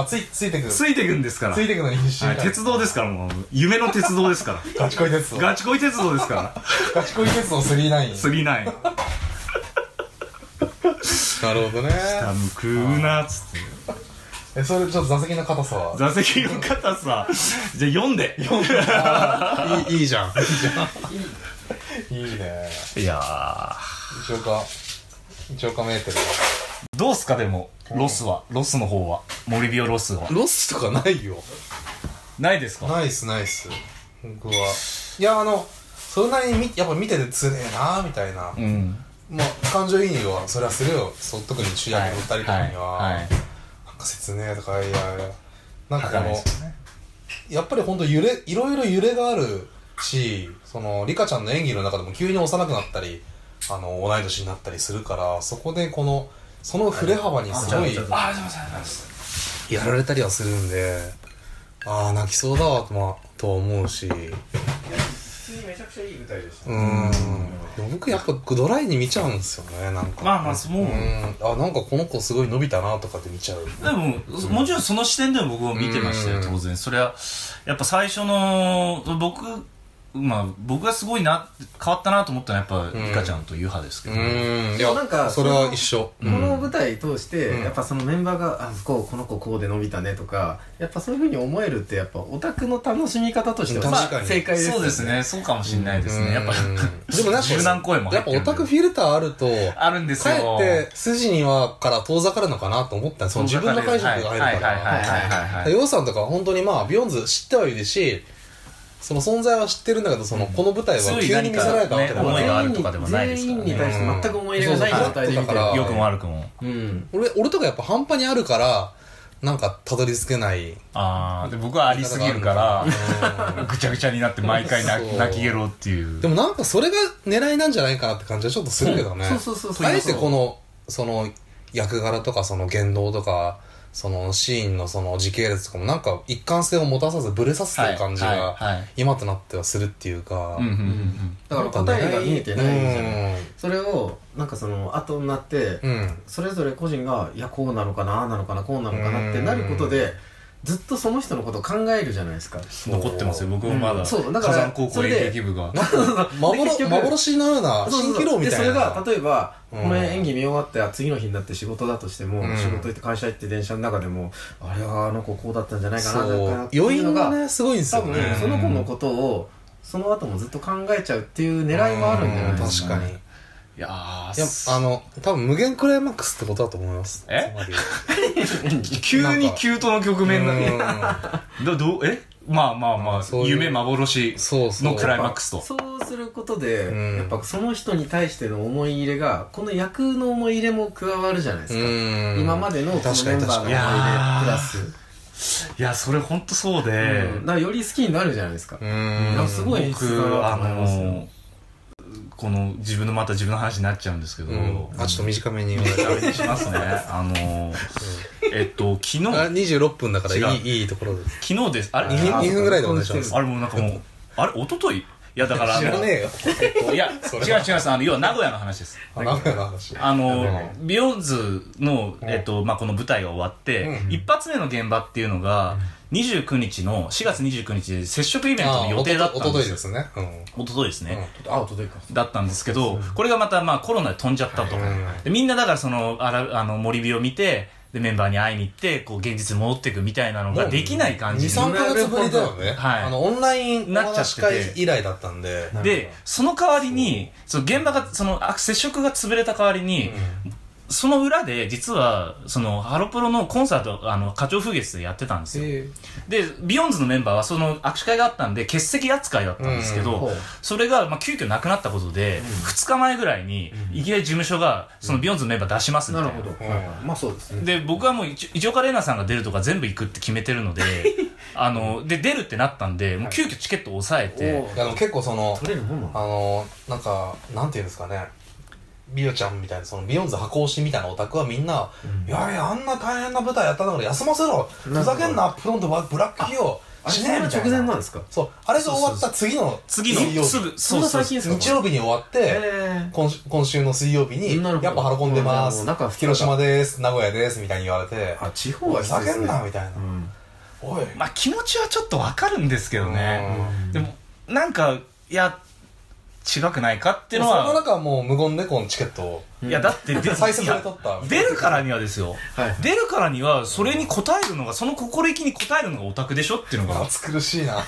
A: あーあついついてくるつ
C: ついていくんですから
A: いてくのに必死
C: はい鉄道ですからもう夢の鉄道ですか
A: ガチ恋鉄
C: ら
A: 道
C: ガチ恋鉄道ですから
A: ガチ恋鉄道39
C: 39
A: なるほどね
C: あむくうなっつって
A: えそれちょっと座席の硬さは
C: 座席の方さじゃあ読んで
A: いい いいじゃんいいじゃんいいね
C: いやー
A: 一応か一応かメーテル
E: どうすかでもロスはロスの方は森ビオロスは
A: ロスとかないよ。
E: ないですか
A: ナイスナイス。僕は。いや、あの、それなりにみやっぱ見ててつねえなみたいな。
E: うん
A: まあ、感情移入はそれはするよ。そう特に主役の二人とかには。
E: はいはい
A: なんか切ねえとか、いやいや。なんかこ
E: 高いで
A: の、
E: すよね
A: やっぱりほんと揺れ、いろいろ揺れがあるし、その、リカちゃんの演技の中でも急に幼くなったり、あの、同い年になったりするから、そこでこの、その振れ幅にすごい、
E: ああでもさなんです
A: やられたりはするんで、ああ、泣きそうだわと、まあ、とは思うし、う
D: 普通にめちゃくちゃいい舞台でした
A: ーん。でも僕やっぱドライに見ちゃうんですよね、なんか。
C: まあまあそう
A: うーん。あ、なんかこの子すごい伸びたなとかって見ちゃう。
C: でも、もちろんその視点でも僕も見てましたよ、
A: うん
C: 当然。それは、やっぱ最初の、僕、まあ、僕がすごいな、変わったなと思ったのは、やっぱ、
A: うん
C: リカちゃんとユハですけ
A: う
C: ど。
A: ーん。い
D: でも
A: や、
D: なんか
A: それは一緒。
C: う
D: こ
C: ん
D: の舞台通して、
A: うん
D: やっぱそのメンバーが「あこうこの子こうで伸びたね」とかやっぱそういうふうに思えるってやっぱオタクの楽しみ方としては、
A: 確かに
D: まあ正解ですよ
C: そうですね、そうかもしれないですね。やっぱ、
A: うんでもなんか
C: 柔軟声も入
A: や
C: っ
A: ってぱ
C: る
A: オタクフィルターあると、
C: あるんです
A: か
C: よ。
A: えって筋にはから遠ざかるのかなと思ったんですその自分の解釈が入るから。
C: はいはいはいはいはいはい。
A: ヨウさんとかは本当にまあビヨンズ知ってはいるしその存在は知ってるんだけどそのこの舞台
C: す
A: は
C: ごい
A: 急に見せられたわけだか
C: 何かね思い
A: ら
C: があるとかでもないですからね
D: 全員に対して全く思い入れがない状態で見てる
A: うん
C: 良くも悪くも。
D: うん
A: 俺俺とかやっぱ半端にあるからなんかたどり着けない
C: あ
E: で僕はありすぎるから
A: うん
E: ぐちゃぐちゃになって毎回泣き
A: そう
E: 泣きゲロっていう
A: でもなんかそれが狙いなんじゃないかなって感じはちょっとするけどね
D: そうそうそうそう
A: あえてこのその役柄とかその言動とかそのシーンのその時系列とかもなんか一貫性を持たさずブレさせてる感じ
C: はいはいは
A: が
C: い
A: 今となってはするっていうか、
C: うんうんうん
D: だから答えが見えてないじゃない
A: い
D: それをなんかその後になって、
A: うん
D: それぞれ個人がいやこうなのかなああなのかなこうなのかなってなることでずっとその人のことを考えるじゃないですか
C: うん。残ってますよ、僕もまだ。
D: うん
C: 火
D: そうだから
C: 山高校
D: それ
C: 演
D: で
C: 劇部が。
D: で
A: 幻
D: 結局
A: 幻のような
D: そうそう
A: 蜃気楼みたいな
D: でそれが例えば、
A: うん
D: この演技見終わってあ次の日になって仕事だとしても、
A: うん
D: 仕事行って会社行って電車の中でもあれはあの子こうだったんじゃないかな
A: そ
D: だから
A: う
D: って
A: 余
D: いうの
A: 韻が
D: が、
A: ねすごいんです
D: 多
A: よ
D: 分、
A: ね
D: その子のことをその後もずっと考えちゃうっていう狙いもあるんじゃないですか、
A: か確かにい
C: いやー
A: やあの多分無限クライマックスってことだと思います
C: え
A: つまり
C: 急にキュートの局面なの
A: う
C: どどうえまあまあまあ
A: うんそういう
C: 夢幻
A: んそうそう
C: のクライマックスと
D: そうすることで、
A: うん
D: やっぱその人に対しての思い入れがこの役の思い入れも加わるじゃないですか、
A: うん
D: 今までのこのメンバ
A: 確か
D: ー
A: に
D: の
A: 確
D: 思
A: かにい
D: い入れ
A: や
C: やー
D: プラス、
C: いやそれ本当そうで、
D: うんだからより好きになるじゃないですか、
A: うん
D: いやすごい演出
C: 僕
D: だ
C: あ
D: なと思いますよ
C: のこの自分のまた自分の話になっちゃうんですけど、
A: うんあちょっと短めに言われ
C: ダメ
A: た
C: にしますねあのえっと昨日
A: あ26分だからい
C: 違う
A: いいいところです
C: 昨日ですあれ
A: 二
C: あ
A: 分二分ぐらいでお願いし
D: そう
A: ま
D: ですす
C: あれもうなんかもうあれ一昨日いやだからあ
A: 知ら
C: の
A: ねえよ
C: いや違う違う違うあの要は名古屋の話です
A: あ名古屋の話
C: あ
A: ね
C: の、ビヨンズの、えっと、まあ、この舞台が終わって、
A: うん
C: 一発目の現場っていうのが、29日の、4月29日で接触イベント
A: あ
C: の予定だったん
A: おと
C: ですよ。
A: といですねうん
C: 一昨日ですね。
D: あ届いか
C: だったんですけど、これがまた、まあ、コロナで飛んじゃったと。
A: はいはいはい
C: でみんなだから、その、あら、あの、森火を見て、で、メンバーに会いに行って、こう、現実に戻っていくみたいなのができない感じに
A: 23ヶ月ぶりだよね
C: はい
A: あのオンラインお
C: なっちゃって
A: 話
C: て
A: 会以来だったんで
C: で、その代わりに、その現場が、その、あ接触が潰れた代わりに、その裏で、実は、その、ハロプロのコンサート、あの、課長風月でやってたんですよ。で、ビヨンズのメンバーは、その、握手会があったんで、欠席扱いだったんですけど、
D: うん
C: それが、まあ、急遽なくなったことで、2日前ぐらいに、いきなり事務所が、その、ビヨンズのメンバー出しますみた
D: ないる
C: な。
D: ほど、
A: ん
D: はいはいまあそうですね
C: で、僕はもう一、一岡玲奈さんが出るとか全部行くって決めてるので、 あの、で、出るってなったんで、もう急遽チケットを抑えて、
D: おう
A: いやでも結構その
D: 取れるもんなの
A: あのなんかなんていうんですかねビヨちゃんみたいなそのビヨンズ箱推しみたいなオタクはみんな「いやいやあんな大変な舞台やったんだから休ませろ
D: な
A: ふ
D: るほど
A: ざけんなプロンとブラック企業
D: あ
A: し
D: れ
A: ねえ」みた
D: 直
A: い
D: 前な
A: なん
D: ですか
A: そうあれが終わった次の
C: 次の
A: 水曜、日
C: すぐ、
D: そんな最近ですか
A: 日曜日に終わって
D: え
A: 今週今週の水曜日に
D: なる
A: 「
D: ほど
A: やっぱハロコン出ま
D: う
A: す
D: んなんか」
A: 「広島です」「名古屋です」みたいに言われて
D: ー、あ地
A: お
D: 方
A: いふ
D: は必要
A: ざ
D: で
A: け
D: すね
A: んなみたいな
D: うん
A: おい
C: まあ気持ちはちょっとわかるんですけどね、
A: うん
C: でもなんかいや違くないかっていうの
A: その
C: は
A: 中はもう無言でこのチケットを
C: いやだって出
A: 再生されとった
C: いや出るからにはですよ、
D: はい
C: 出るからには それに応えるのがその心意気に応えるのがオタクでしょっていうのが
A: 暑苦しいな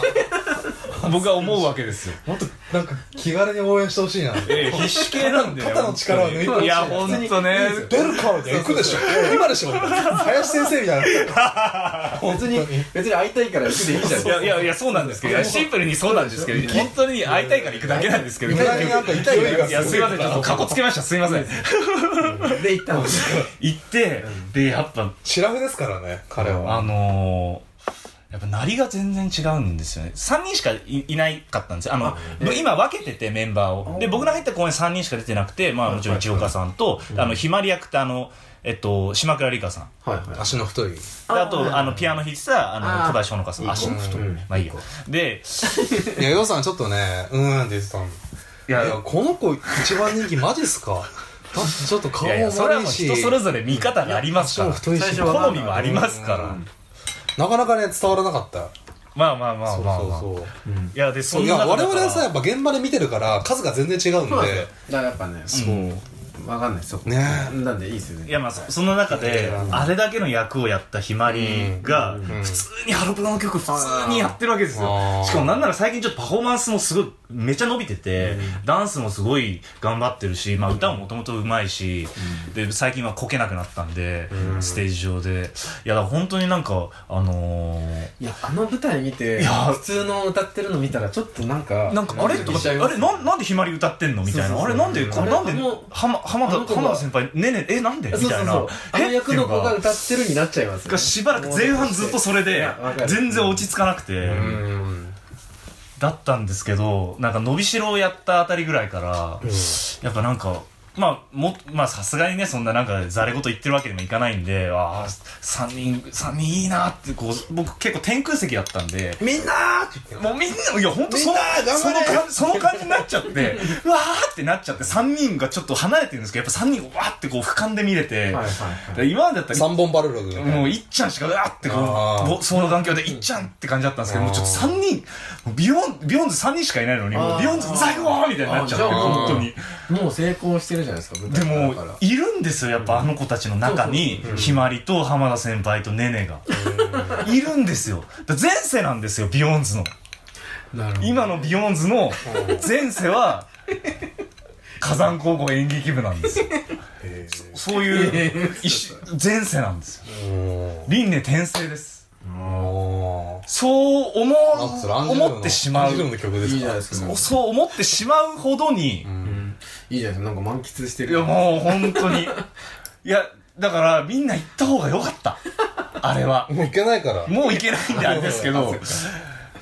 C: 僕は思うわけですよ。
A: もっとなんか気軽に応援してほしいな。
C: ええ、必死系なんで。
A: 肩の力を抜いてほしい
C: いや、ほんとね。
A: 出る顔で行くでしょ。今でしょ。みたいな林先生みたいな。本当に。
D: 別に会いたいから行くでいいじゃん
C: いやいやいや、そうなんですけど、いやシンプルにそうなんですけど、本当に会いたいから行くだけなんですけど、
A: いやいやなんか痛いよ
C: いや、すいません、ちょっとカコつけました、すいません。
D: で行ったの
C: 行って、で、やっぱ、
A: シラフですからね、彼は。
C: あのーやっぱなりが全然違うんですよね3人しかいいないかったんですよあの今分けててメンバーをで僕の入った公演3人しか出てなくて、まあ、もちろん千岡さんと、あのひまり役ってあの、えっと、島倉理香さん
D: はいは
A: 足の太い。
C: であ
D: はい
C: と
D: はい
C: あのピアノ弾いてたあの
D: あー
C: 小林ほのかさん足の太い、
D: うん
C: まあいいよで
A: いや、ヨウさんちょっとね、うーんって言ってたの。
C: い
A: いや、この子一番人気マジっすかだってちょっと顔
C: い
A: も
C: やいやそれ
A: 悪
C: は
A: い
C: もう
A: し。
C: 人それぞれ見方がありますか
A: 足も
C: ら
A: 太い
D: 最
A: し。
D: 初は
A: な
C: 好みもありますから、
A: うんかなかね、伝わらなかった。
C: まあまあまあ
A: そう
C: まあ、まあ、
A: そうそう。
D: いうん
C: いやで
A: そ
C: そん
A: うい
C: な
A: や
C: 中
A: 我
C: だから
A: 々はさやっぱ現場で見てるから数が全然違うんで
D: そうなんですよだからやっぱね
A: そう
D: わかんないそこ
A: ね
D: なんでいいっすよね
C: いやまあそその中で
A: うん
C: あれだけの役をやったひまりが
A: ん
C: 普通にハロプロの曲普通にやってるわけですよ
A: あー
C: しかもなんなら最近ちょっとパフォーマンスもすごいめちゃ伸びててダンスもすごい頑張ってるしまあ歌ももともとうまいしで最近はこけなくなったんでステージ上でいやだから本当になんかあのー
D: いやあの舞台見て
C: いや
D: 普通の歌ってるの見たらちょっとなんか
C: なんかあれとかってあれなんなんでひまり歌ってんのみたい
D: そう
C: な
D: そう
C: あ
D: そう
C: れなんでこ
D: あれ
C: なんで
D: あの
C: 浜浜
D: あの子
C: 田
D: が
C: 浜田先輩ねえねええなんでみ
D: そう
C: た
D: そう
C: い
D: そ
C: な
D: うあの役の子が
C: えっていうか
D: 歌ってるになっちゃいますね
C: がしばらく前半ずっとそれ
D: い
C: で
D: やわかる
C: 全然落ち着かなくて
A: うん
C: だったんですけどなんか伸びしろをやったあたりぐらいからやっぱなんかまあもまあさすがにねそんななんかざれ言言ってるわけにもいかないんでああ3人三人いいなってこう僕結構天空席だったんで
A: みんなーって言って
C: もうみんないや本当そ
A: み
C: の
A: んな
C: そ
A: 頑
C: の
A: 張れ
C: 感じその感じになっちゃって うわーってなっちゃって3人がちょっと離れてるんですけどやっぱ3人をわーってこう俯瞰で見れて、
D: はいはいはい
C: で今までだったら
A: 3本バルログ
C: もういっちゃんしかうわーってこ
A: あー
C: うぼその環境でいっちゃんって感じだったんですけど
A: うん
C: もうちょっと3人もうビヨンビヨンズ3人しかいないのにも
D: あ
C: う
D: ー
C: ビヨンズ最後みたいになっちゃって
D: あーじゃあ
C: 本当に
D: もう成功してるじゃないですか舞
C: で
D: 台
C: も
D: だから
C: いるんですよやっぱあの子たちの中にひまりと浜田先輩とねねがいるんですよだから前世なんですよビヨンズの
D: なるほど
C: 今のビヨンズの前世は火山高校演劇部なんですよそういう一種前世なんですよ輪廻転生です
A: も
C: そう思
A: うなんかそうれアンジュルムの
C: 思ってしま
A: アンジュルム
C: う
A: の曲で
D: いい
A: す
D: じゃ
A: か
D: ないですか
C: そうそう思ってしまうほどに、
D: うんいいじゃないですかなんか満喫して
C: い
D: る
C: やもう本当にいやだからみんな行った方がよかったあれは
A: もういけないから
C: もう行けないんであれですけど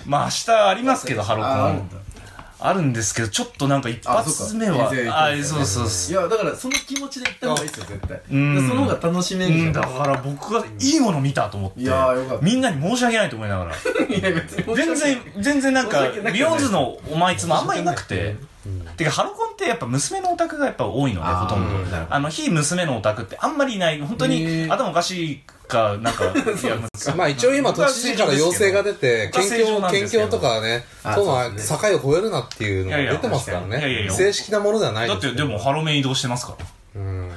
C: まあ明日ありますけどハロ
D: あある
C: ー
D: んだ
C: あるんですけどちょっとなんか一発目は
D: あそうか
C: あそうそう
D: い
C: そう
D: やだからその気持ちで行った方がいいですよ絶対
C: うん
D: でその方が楽しめ
C: う
D: るじゃ
C: ん
D: ん
C: だから僕がいいもの見たと思って
D: いやーよかった
C: みんなに申し訳ないと思いながら
D: いや別に
C: 全然全然なん
D: 申し
C: か
D: 訳なくない
C: ビヨンズのお前いつもあんまいなくててかハロコンってやっぱ娘のオタクがやっぱ多いので
D: あー
C: ほとんど
D: なるほど
C: あの非娘のオタクってあんまりいない本当
D: へ
C: に
D: ー
C: 頭おかしいかなんかいや
A: まあ一応今都知事から要請が出て
C: まあ
A: 県
C: 正常
A: 境
C: なんで
A: 県
C: すけど
A: 境とかね
D: あ
A: と
D: そう
A: の
D: です
A: 境を越えるなっていうのが
C: いやいや
A: 出てますから
C: いやいやい
A: ね
C: や
A: 正式なものではない
C: だってでもハロメン移動してますから
A: うん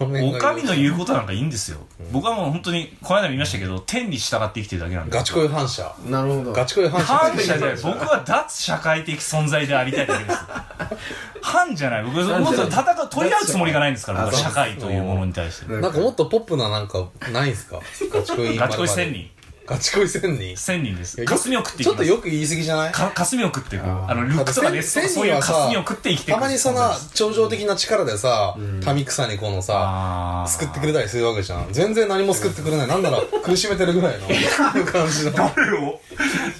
C: おかみの言うことなんかいいんですよ僕はもう本当にこの間見ましたけど天に従って生きてるだけなんで
A: ガチ恋反射
D: なるほど
A: ガチ恋反射
C: 反じゃない僕は脱社会的存在でありたいだけです反じゃない僕はもっと戦う取り合うつもりがないんですから僕は社会というものに対して
A: なんかもっとポップななんかないんすかガチ恋
C: ガチ恋千人
A: ガチ恋千人
C: 千人です
A: いや
C: 霞を食ってい
A: ち
C: き
A: ょっ
C: ま
A: と
C: す
A: よく言い過ぎじゃない
C: か霞を食っていく
D: あー
C: あのルックとかレッスンとかそういう霞を食って生きてい
A: た
C: く
A: まにその頂上的な力でさ、民草にこのさ、
C: あ
A: 救ってくれたりするわけじゃん。全然何も救ってくれない。なん なら苦しめてるぐらいの感じの。
C: 誰を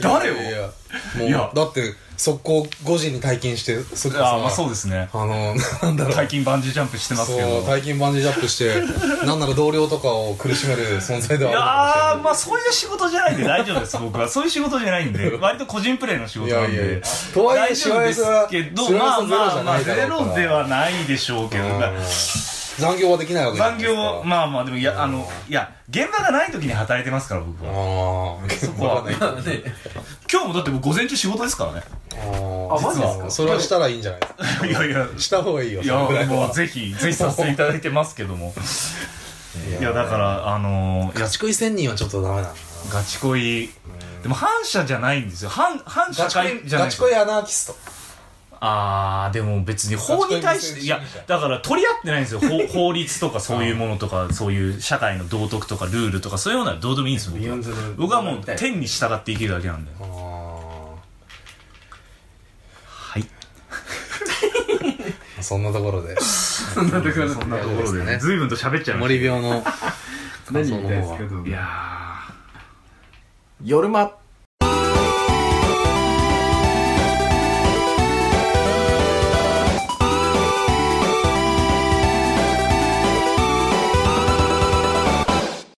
C: 誰を
A: いやいやもう
C: いや
A: だって、速攻5時に退勤して、そ
C: あーまあそうですね
A: あの、なんだろう。
C: 最近バンジージャンプしてますけど
A: そう、退勤バンジージャップして、なんなら同僚とかを苦しめる存在で
C: い
A: はあ
C: や
A: る
C: ーまあそういう仕事じゃないんで大丈夫です僕はそういう仕事じゃないん で割と個人プレイの仕
A: い
C: 事な
A: や
C: ん
A: い
C: で
A: やいや。とはいえ、
C: 大
A: し
C: 丈夫
A: わ
C: で
A: 寄
C: す
A: せは、
C: けど
A: し
C: ま
A: わ
C: あ
A: 寄せゼロじゃ
C: まあま
A: な
C: あ
A: いだ
C: ゼ
A: ろうから
C: ロではないでしょうけどまあ
A: 残業はできないわけじゃな
C: 残
A: いですか
C: 業まあまあでもいやあのいや現場がない時に働いてますから僕は
A: ああ、
C: そこは今日もだって僕午前中仕事ですからね
A: あ
D: マジですか
A: あそれはしたらいいんじゃないです か
C: いやいや
A: した方がいいよ
C: い
A: それぐら
C: や
A: い
C: もうぜひぜひさせていただいてますけどもいやだからあのーいや
A: ガチ恋仙人はちょっとダメだな
C: ガチ恋でも反社じゃないんですよ反反社
A: ガチ
C: 会
A: 恋、
C: じゃない
A: ガ
C: で
A: チ
C: すよ
A: 恋アナーキスト。
C: あーでも別に法に対していやだから取り合ってないんですよ法法律とかそういうものとかそういう社会の道徳とかルールとかそういうものはどうでもいいんですよ
D: ビヨン
C: 僕
D: ズ
C: は
D: の
C: 僕はもう天に従って生きるだけなんで はい
A: そんなとこ ろで、
D: そんなところで
C: そんなとこ
A: い
C: ろ
A: やいいです
C: で
A: ね
C: ね随分と喋っちゃいまし
A: 森病の
D: 何言いたいですけど
C: たいやー
F: 夜ま